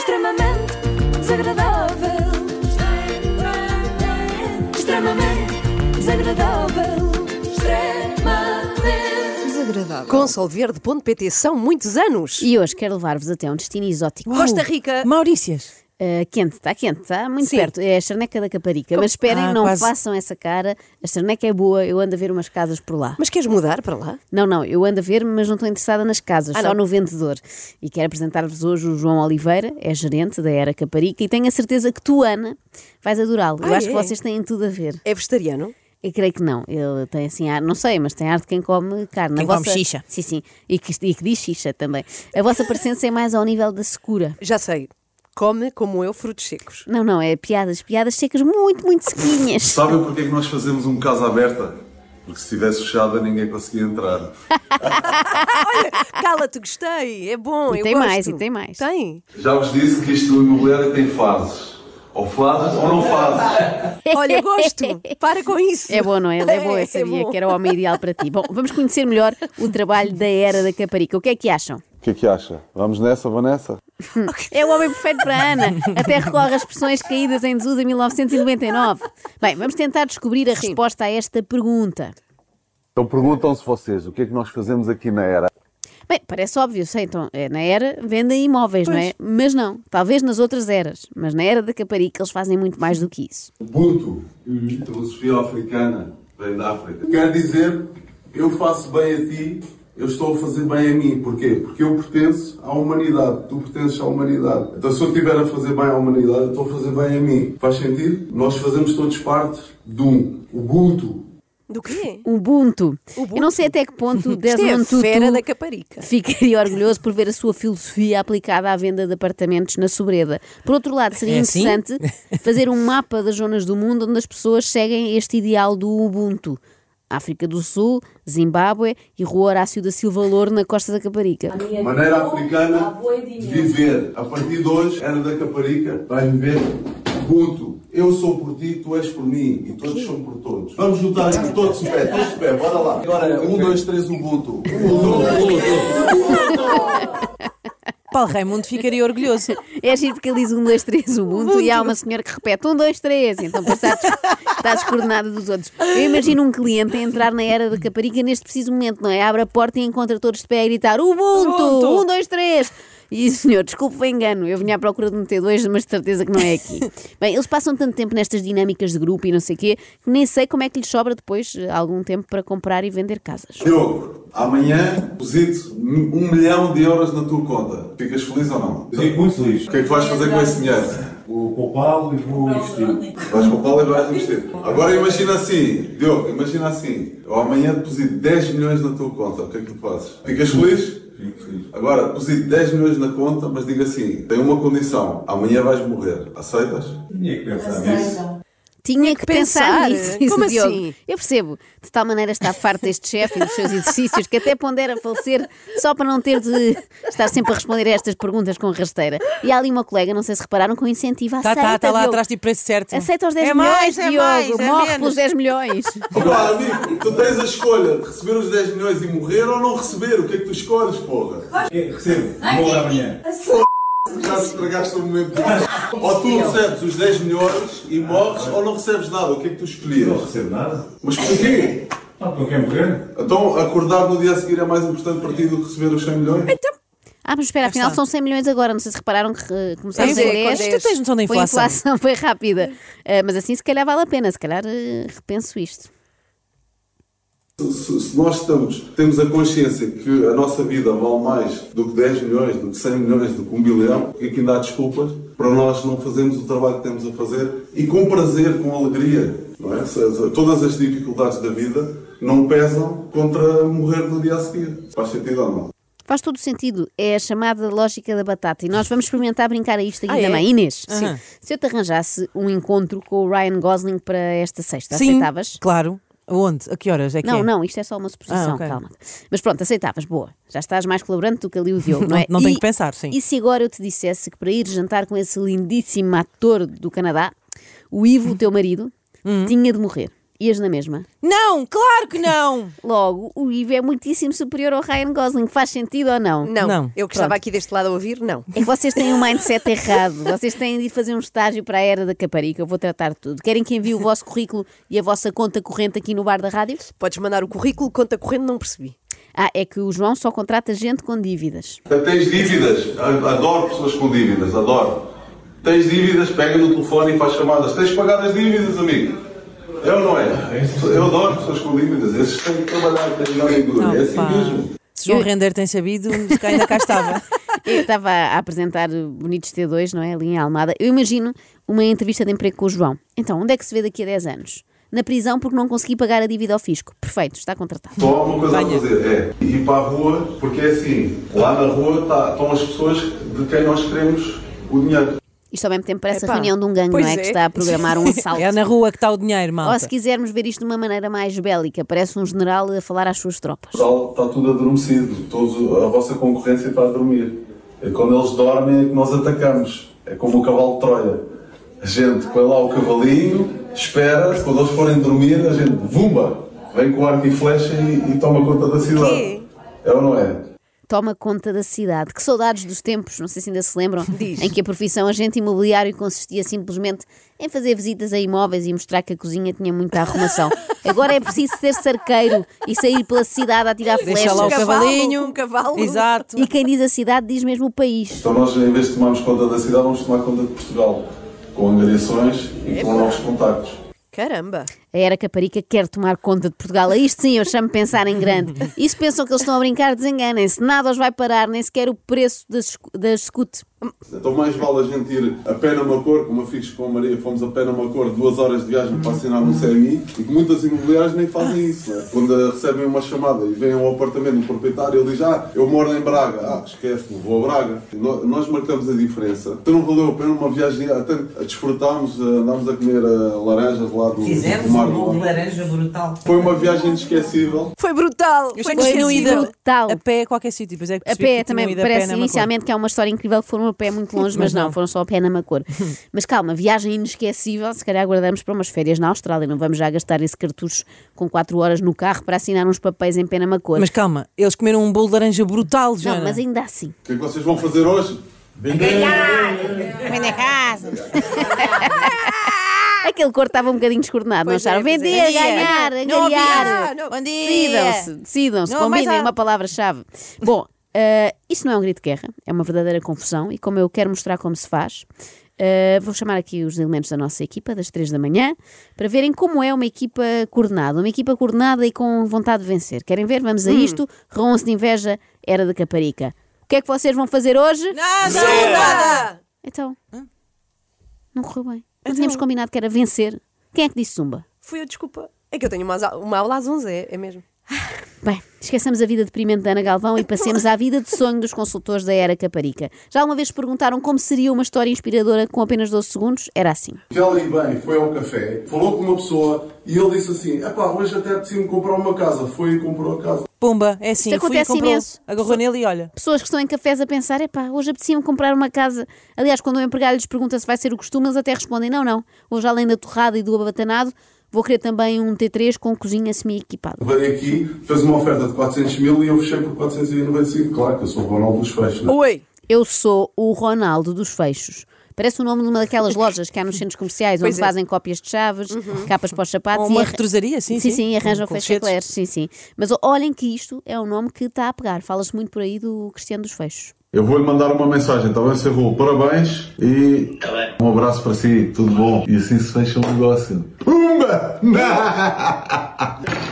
extremamente desagradável. Extremamente desagradável. Extremamente desagradável. Com solverde.pt são muitos anos. E hoje quero levar-vos até um destino exótico. Costa Rica. Maurícias. Ah, quente, está quente, está muito Sim. perto. É a charneca da Caparica. Mas esperem, Ah, não quase. façam essa cara. A charneca é boa, eu ando a ver umas casas por lá. Mas queres mudar para lá? Não, não, eu ando a ver, mas não estou interessada nas casas, Ah, só não. no vendedor. E quero apresentar-vos hoje o João Oliveira, é gerente da Era Caparica, e tenho a certeza que tu, Ana, vais adorá-lo. Eu Ah, acho que é? vocês têm tudo a ver. É vegetariano? Eu creio que não. Ele tem assim ar, não sei, mas tem ar de quem come carne. Quem A vossa- come xixa. Sim, sim. E que, e que diz xixa também. A vossa presença é mais ao nível da secura. Já sei. Come como eu frutos secos. Não, não, é piadas, piadas secas muito, muito sequinhas. Sabem porque é que nós fazemos um casa aberta? Porque se estivesse fechada ninguém conseguia entrar. Cala-te, gostei. É bom. E eu tem gosto. mais, e tem mais. Tem. Já vos disse que isto do imobiliário tem fases. Ou fazes ou não fazes. Olha, eu gosto. Para com isso. É bom, não é? Ele é bom, eu sabia bom. que era o homem ideal para ti. Bom, vamos conhecer melhor o trabalho da Era da Caparica. O que é que acham? O que é que acha? Vamos nessa, Vanessa? É o homem perfeito para a Ana. Até recorre às expressões caídas em desuso em 1999. Bem, vamos tentar descobrir a resposta a esta pergunta. Então perguntam-se vocês, o que é que nós fazemos aqui na era? Bem, parece óbvio, sei, então, é, na era vendem imóveis, não é? Mas não, talvez nas outras eras, mas na era da Caparica eles fazem muito mais do que isso. Ubuntu, filosofia africana, vem da África. Quer dizer, eu faço bem a ti, eu estou a fazer bem a mim. Porquê? Porque eu pertenço à humanidade, tu pertences à humanidade. Então se eu estiver a fazer bem à humanidade, eu estou a fazer bem a mim. Faz sentido? Nós fazemos todos parte de um Ubuntu. Do quê? Ubuntu. Ubuntu. Eu não sei até que ponto Isto é a Desmond Tutu fera da Caparica. ficaria orgulhoso por ver a sua filosofia aplicada à venda de apartamentos na Sobreda. Por outro lado, seria É assim? interessante fazer um mapa das zonas do mundo onde as pessoas seguem este ideal do Ubuntu. África do Sul, Zimbábue e Rua Horácio da Silva Louro na Costa da Caparica. Maneira africana de viver. A partir de hoje, era da Caparica, vai viver Ubuntu. Eu sou por ti, tu és por mim e todos são por todos. Vamos juntar aqui todos de pé, todos de pé, bora lá. Agora, um, dois, três, Ubuntu. Paulo Raimundo ficaria orgulhoso. É giro porque ele diz um, dois, três, o mundo, e há uma senhora que repete um, dois, três, e então depois está, des- está descoordenada dos outros. Eu imagino um cliente a entrar na era da Caparica neste preciso momento, não é? Abre a porta e encontra todos de pé a gritar Ubuntu, Ubuntu! um, dois, três. E senhor, desculpe o engano, eu vinha à procura de meter dois, mas de certeza que não é aqui. Bem, eles passam tanto tempo nestas dinâmicas de grupo e não sei o quê, que nem sei como é que lhes sobra depois eh, algum tempo para comprar e vender casas. Diogo, amanhã deposito um milhão de euros na tua conta. Ficas feliz ou não? Fico muito feliz. O que é que vais fazer com esse dinheiro? Vou poupá-lo e vou investir. Vais para o Paulo e vais investir. Agora imagina assim, Diogo, imagina assim. Eu amanhã deposito 10 milhões na tua conta. O que é que tu fazes? Ficas feliz? Fico feliz. Agora, deposito 10 milhões na conta, mas diga assim: tem uma condição, amanhã vais morrer. Aceitas? Tinha que pensar nisso. Tinha que pensar, pensar. nisso, disse Como o Diogo. assim? Eu percebo. De tal maneira está farto deste chefe e dos seus exercícios que até pondera falecer só para não ter de estar sempre a responder a estas perguntas com rasteira. E há ali uma colega, não sei se repararam, com incentivo. Tá, Aceita, tá, tá lá Diogo. atrás de preço certo. Aceita os 10 É milhões, mais, é Diogo. mais, é Morre menos. pelos 10 milhões. Opa, amigo, tu tens a escolha de receber os 10 milhões e morrer ou não receber. O que é que tu escolhes, porra? É, Recebo. Vou amanhã. Já estragaste o momento. Ou tu recebes os 10 milhões e morres ou não recebes nada. O que é que tu Não escolhias? recebo nada. Mas porquê? Não, porque não quer morrer. Então acordar no dia a seguir é mais importante para ti do que receber os 100 milhões? Ah, mas espera, afinal está. são 100 milhões agora. Não sei se repararam que eh, começaram Pois com é, 10. com Tu tens noção da Foi inflação? inflação, foi rápida. Eh, mas assim, se calhar vale a pena. Se calhar eh, repenso isto. Se, se nós estamos, temos a consciência que a nossa vida vale mais do que 10 milhões, do que 100 milhões, do que 1 bilhão, porque aqui ainda há desculpas para nós não fazermos o trabalho que temos a fazer e com prazer, com alegria. Não é? Se- se- Todas as dificuldades da vida não pesam contra morrer no dia a seguir. Faz sentido ou não? Faz todo o sentido. É a chamada lógica da batata. E nós vamos experimentar brincar a isto aqui Ah, é? também. Inês, Sim. se eu te arranjasse um encontro com o Ryan Gosling para esta sexta, aceitavas? Claro. Aonde? A que horas é que Não, é? não, isto é só uma suposição, Ah, ok. calma. Mas pronto, aceitavas, boa. Já estás mais colaborante do que ali o Diogo, não é? Não- não tenho que pensar, sim. E se agora eu te dissesse que para ir jantar com Hum. esse lindíssimo ator do Canadá, o Ivo, o teu marido, tinha de morrer. Ias na mesma. Não, claro que não! Logo, o Ivo é muitíssimo superior ao Ryan Gosling. Faz sentido ou não? Não, Não. eu que estava aqui deste lado a ouvir, não. É que vocês têm um mindset errado. Vocês têm de ir fazer um estágio para a era da caparica. Eu vou tratar de tudo. Querem que envie o vosso currículo e a vossa conta corrente aqui no bar da rádio? Podes mandar o currículo, conta correndo, não percebi. Ah, é que o João só contrata gente com dívidas. Tens dívidas? A- Adoro pessoas com dívidas, adoro. Tens dívidas? Pega no telefone e faz chamadas. Tens de pagar as dívidas, amigo. Eu não é? Eu adoro pessoas com dívidas. Esses têm que trabalhar, têm não engano. É assim Opa. mesmo. Se João Render tem sabido, que ainda cá estava. Eu estava a apresentar o Bonitos T2, não é? Ali em Almada. Eu imagino uma entrevista de emprego com o João. Então, onde é que se vê daqui a 10 anos? Na prisão porque não consegui pagar a dívida ao fisco. Perfeito, está contratado. Só há uma coisa a fazer, é ir para a rua, porque é assim, lá na rua tá- estão as pessoas de quem nós queremos o dinheiro. Isto ao mesmo tempo parece Epá, a reunião de um gangue, não pois é? é. Que está a programar um assalto. É na rua que está o dinheiro, Ou malta. se quisermos ver isto de uma maneira mais bélica, parece um general a falar às suas tropas. Está, está tudo adormecido, todo, a vossa concorrência está a dormir. É quando eles dormem é que nós atacamos. É como o cavalo de Troia. A gente põe lá o cavalinho, espera, quando eles forem dormir, a gente, vumba, vem com arco e flecha e, e toma conta da cidade. Quê? É ou não é? Toma conta da cidade. Que saudades dos tempos, não sei se ainda se lembram, Diz. em que a profissão agente imobiliário consistia simplesmente em fazer visitas a imóveis e mostrar que a cozinha tinha muita arrumação. Agora é preciso ser sarqueiro e sair pela cidade a tirar Deixa lá o flechas. cavalo, cavalinho. com cavalo. Exato. E quem diz a cidade diz mesmo o país. Então nós, em vez de tomarmos conta da cidade, vamos tomar conta de Portugal, com angariações e com novos contactos. Caramba. A era caparica quer tomar conta de Portugal. A isto sim, eu chamo pensar em grande. E se pensam que eles estão a brincar, desenganem-se. Nada os vai parar, nem sequer o preço das, escu- das escute. Então mais vale a gente ir a pé numa cor, como a Fixo com a Maria, fomos a pé numa cor, duas horas de viagem para assinar um CMI, e que muitas imobiliárias nem fazem isso. né? Quando recebem uma chamada e vêm ao apartamento do proprietário, ele diz, ah, eu moro em Braga. Ah, esquece, não vou a Braga. E nó- Nós marcamos a diferença. Então não valeu a pena uma viagem, até a desfrutarmos, a andarmos a comer ah, laranjas lá do, do Fizemos mar. um bolo de laranja brutal. Foi uma viagem inesquecível. Foi brutal. Eu foi sei que tinham ido inesquecível. Brutal. a pé a qualquer sítio, depois é que A percebi pé que tinham também, ido a pé parece na Macor. inicialmente que é uma história incrível que foram a pé muito longe, mas Mas não, não. foram só a pé na Macor. Mas calma, viagem inesquecível, se calhar guardamos para umas férias na Austrália, não vamos já gastar esse cartucho com 4 horas no carro para assinar uns papéis em pé na Macor. Mas calma, eles comeram um bolo de laranja brutal, Joana. não, mas ainda assim. O que é que vocês vão fazer hoje? Vende a casa! Aquele cor estava um bocadinho descoordenado, Pois não acharam? é, pois é. Vender, Bom dia. ganhar, Não havia- angariar. Ah, não- Bom dia. Decidam-se, decidam-se, Não há mais combinem nada. uma palavra-chave. Bom, eh, isso não é um grito de guerra, é uma verdadeira confusão e como eu quero mostrar como se faz, eh, vou chamar aqui os elementos da nossa equipa, das três da manhã, para verem como é uma equipa coordenada, uma equipa coordenada e com vontade de vencer. Querem ver? Vamos Hum. a isto. Ronce de inveja, era da Caparica. O que é que vocês vão fazer hoje? Nada! Nada. Então, não correu bem. Não tínhamos combinado que era vencer. Quem é que disse zumba? Fui eu, desculpa. É que eu tenho uma, asa- uma aula às 11, é, é mesmo. Bem, esqueçamos a vida deprimente da Ana Galvão e passemos à vida de sonho dos consultores da Era Caparica. Já alguma vez se perguntaram como seria uma história inspiradora com apenas 12 segundos? Era assim. Kelly Bem foi ao café, falou com uma pessoa e ele disse assim: Epá, hoje até preciso comprrar uma casa. Foi e comprou a casa. Pumba, é assim, Isso fui e acontece comprou, imenso. agarrou nele e olha. Pessoas que estão em cafés a pensar, epá, hoje apetecia-me comprar uma casa. Aliás, quando o empregado lhes pergunta se vai ser o costume, eles até respondem, não, não. Hoje, além da torrada e do abatanado, vou querer também um T3 com cozinha semi-equipada. Veio aqui, fez uma oferta de 400 mil e eu fechei por 495. Claro que eu sou o Ronaldo dos Feixes, né? Oi. Eu sou o Ronaldo dos Fechos. Parece o nome de uma daquelas lojas que há nos centros comerciais onde Pois é. fazem cópias de chaves, capas para os sapatos. Uhum. Ou uma e arra- retrosaria, sim, Sim, sim. sim, arranjam Com fechos colchetes. eclairs, sim, sim. Mas o- olhem que isto é um nome que está a pegar. Fala-se muito por aí do Cristiano dos Fechos. Eu vou-lhe mandar uma mensagem, está bem, seu Rolo? Parabéns e um abraço para si, tudo bom. E assim se fecha o negócio. Pumba!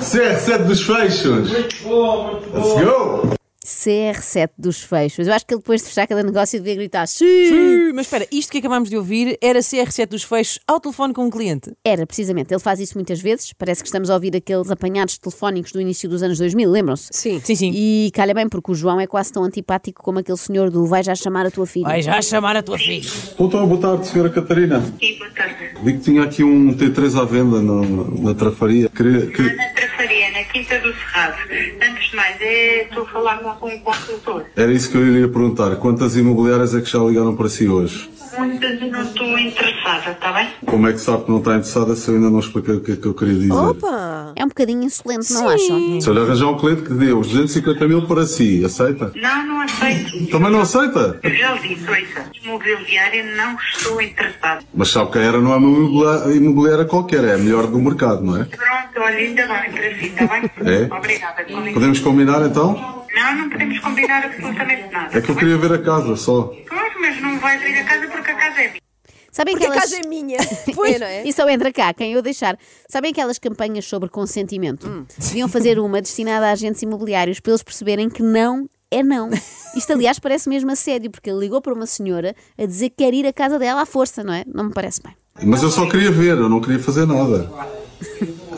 CR7 é, dos Feixes! Muito bom, muito bom! Let's go! CR7 dos Fechos. Eu acho que ele depois de fechar cada negócio devia gritar "Sim!" Ih, Mas espera, isto que acabámos de ouvir era CR7 dos fechos ao telefone com um cliente. Era, precisamente. Ele faz isso muitas vezes. Parece que estamos a ouvir aqueles apanhados telefónicos do início dos anos 2000, lembram-se? Sim. Sim, sim. E calha bem, porque o João é quase tão antipático como aquele senhor do vai já chamar a tua filha. Vai já chamar a tua filha. Então, boa tarde, senhora Catarina. Sim, boa tarde. Vi que tinha aqui um T3 à venda na, na trafaria. Queria, que- Ana Trafaria, é na Quinta do Cerrado. Antes de mais, é, estou a falar com um consultor. Era isso que eu iria perguntar. Quantas imobiliárias é que já ligaram para si hoje? muito, mas eu não estou interessada, está bem? Como é que sabe que não está interessada se eu ainda não expliquei o que é que eu queria dizer? Oh. Opa! É um bocadinho insolente, não acham? Se eu lhe arranjar um cliente que dê os 250 mil para si, aceita? Não, não aceito. Também não aceita? Eu já lhe disse, ouça, imobiliária não estou interessada. Mas sabe que a era não é uma imobila- imobiliária qualquer, é a melhor do mercado, não é? Pronto, olha, ainda bem para si, está bem? É? Obrigada. com licença. Podemos combinar então? Não, não podemos combinar absolutamente nada. É que eu tá bem? queria ver a casa só. Pois, mas não vais vir a casa porque a casa é minha. Sabem Porque a aquelas... casa é minha. Pois, não é? E só entra cá quem eu deixar. Sabem aquelas campanhas sobre consentimento? Hum. Deviam fazer uma destinada a agentes imobiliários para eles perceberem que não é não. Isto, aliás, parece mesmo assédio, porque ele ligou para uma senhora a dizer que quer ir à casa dela à força, não é? Não me parece bem. Mas eu só queria ver, eu não queria fazer nada.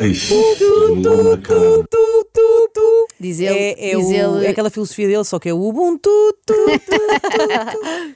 Ixi, pulou na cara. Tu, tu, tu. Diz ele, É, é, diz, o- ele, é aquela filosofia dele, só que é o Ubuntu. Tu,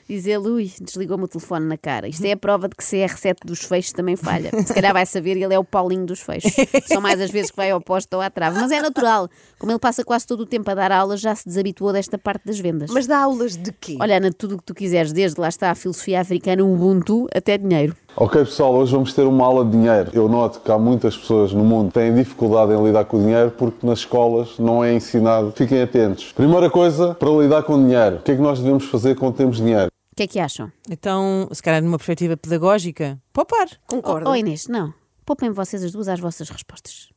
diz ele, ui, desligou-me o telefone na cara. Isto é a prova de que CR7 dos feixes também falha. Se calhar vai saber, ele é o Paulinho dos feixes. São mais as vezes que vai ao posto ou à trave. Mas é natural. Como ele passa quase todo o tempo a dar aulas, já se desabituou desta parte das vendas. Mas dá aulas de quê? Olha, Ana, tudo o que tu quiseres, desde lá está a filosofia africana, o Ubuntu, até dinheiro. Ok pessoal, hoje vamos ter uma aula de dinheiro. Eu noto que há muitas pessoas no mundo que têm dificuldade em lidar com o dinheiro porque nas escolas não é ensinado. Fiquem atentos. Primeira coisa, para lidar com o dinheiro. O que é que nós devemos fazer quando temos dinheiro? O que é que acham? Então, se calhar numa perspectiva pedagógica, poupar. Concordo. Oh, Inês, não. Poupem vocês as duas às vossas respostas.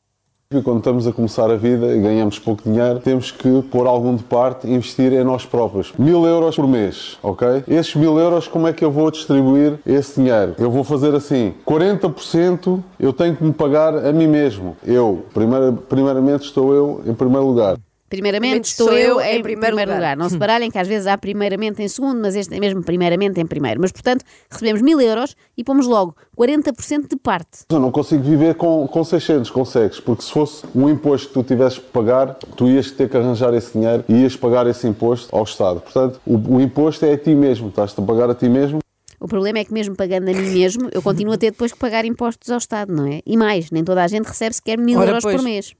E quando estamos a começar a vida e ganhamos pouco dinheiro, temos que pôr algum de parte e investir em nós próprios. Mil euros por mês, ok? Esses mil euros, como é que eu vou distribuir esse dinheiro? Eu vou fazer assim: 40% eu tenho que me pagar a mim mesmo. Eu, primeira, primeiramente, estou eu em primeiro lugar. Primeiramente, Primeiramente estou sou eu eu em, primeiro lugar. Não se baralhem que às vezes há primeiramente em segundo, mas este é mesmo primeiramente em primeiro. Mas, portanto, recebemos mil euros e pomos logo 40% de parte. Eu não consigo viver com, com 600, consegues, porque se fosse um imposto que tu tivesses que pagar, tu ias ter que arranjar esse dinheiro e ias pagar esse imposto ao Estado. Portanto, o, o imposto é a ti mesmo, estás-te a pagar a ti mesmo. O problema é que mesmo pagando a mim mesmo, eu continuo a ter depois que pagar impostos ao Estado, não é? E mais, nem toda a gente recebe sequer mil Ora, euros pois. por mês.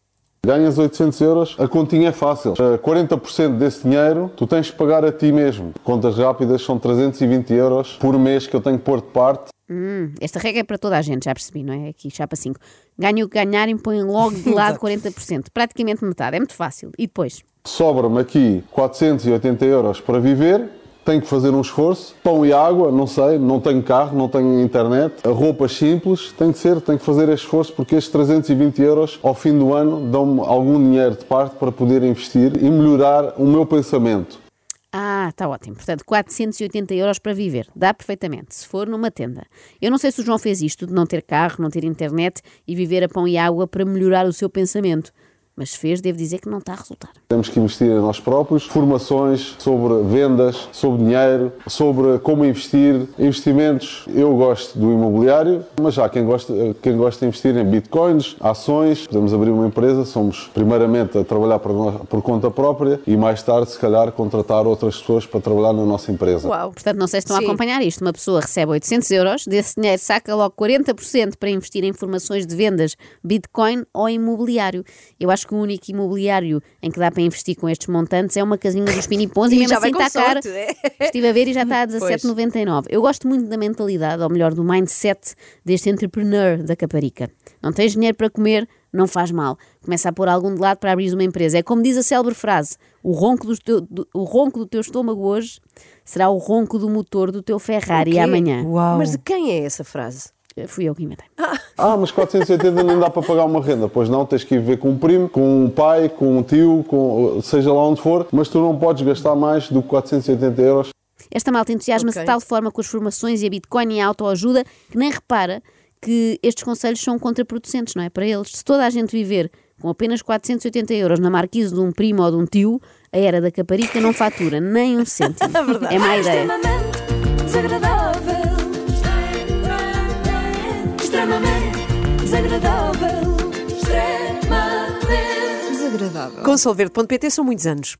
Ganhas 800 euros, a continha é fácil. Eh, 40% desse dinheiro tu tens de pagar a ti mesmo. Contas rápidas são 320 euros por mês que eu tenho que pôr de parte. Hum, esta regra é para toda a gente, já percebi, não é? Aqui, chapa 5. Ganham o que ganharem, põem logo de lado 40%. Praticamente metade, é muito fácil. E depois? Sobra-me aqui 480 euros para viver. Tenho que fazer um esforço. Pão e água, não sei, não tenho carro, não tenho internet. A roupa simples, tem que ser, tenho que fazer este esforço porque estes 320 euros ao fim do ano dão-me algum dinheiro de parte para poder investir e melhorar o meu pensamento. Ah, está ótimo. Portanto, 480 euros para viver. Dá perfeitamente, se for numa tenda. Eu não sei se o João fez isto de não ter carro, não ter internet e viver a pão e água para melhorar o seu pensamento. Mas se fez, devo dizer que não está a resultar. Temos que investir em nós próprios, formações sobre vendas, sobre dinheiro, sobre como investir, investimentos. Eu gosto do imobiliário, mas há quem gosta, quem gosta de investir em bitcoins, ações. Podemos abrir uma empresa, somos primeiramente a trabalhar por, nós- por conta própria e mais tarde, se calhar, contratar outras pessoas para trabalhar na nossa empresa. Uau. Portanto, não sei se estão Oh, Sim. a acompanhar isto. Uma pessoa recebe 800 euros, desse dinheiro saca logo 40% para investir em formações de vendas, Bitcoin ou imobiliário. Eu acho que o único imobiliário em que dá para investir com estes montantes é uma casinha dos pinipons e, E mesmo já assim vai com está caro. sorte, é? Estive a ver e já está a 17,99. Eu gosto muito da mentalidade, ou melhor, do mindset deste entrepreneur da Caparica. Não tens dinheiro para comer, não faz mal. Começa a pôr algum de lado para abrir uma empresa. É como diz a célebre frase: o ronco do teu, do- o ronco do teu estômago hoje será o ronco do motor do teu Ferrari quê? amanhã. Uau. Mas de quem é essa frase? Fui eu que inventei. Ah, mas 480 nem dá para pagar uma renda. Pois não, tens que ir viver com um primo, com um pai, com um tio, com, seja lá onde for, mas tu não podes gastar mais do que 480 euros Esta malta entusiasma-se Ok. de tal forma com as formações e a Bitcoin e a autoajuda que nem repara que estes conselhos são contraproducentes, não é? Para eles, se toda a gente viver com apenas 480 euros na marquise de um primo ou de um tio, a era da caparica não fatura nem um cêntimo. verdade. é má ideia. Extremamente desagradável. Extremamente desagradável. Extremamente desagradável. Com Solverde.pt são muitos anos.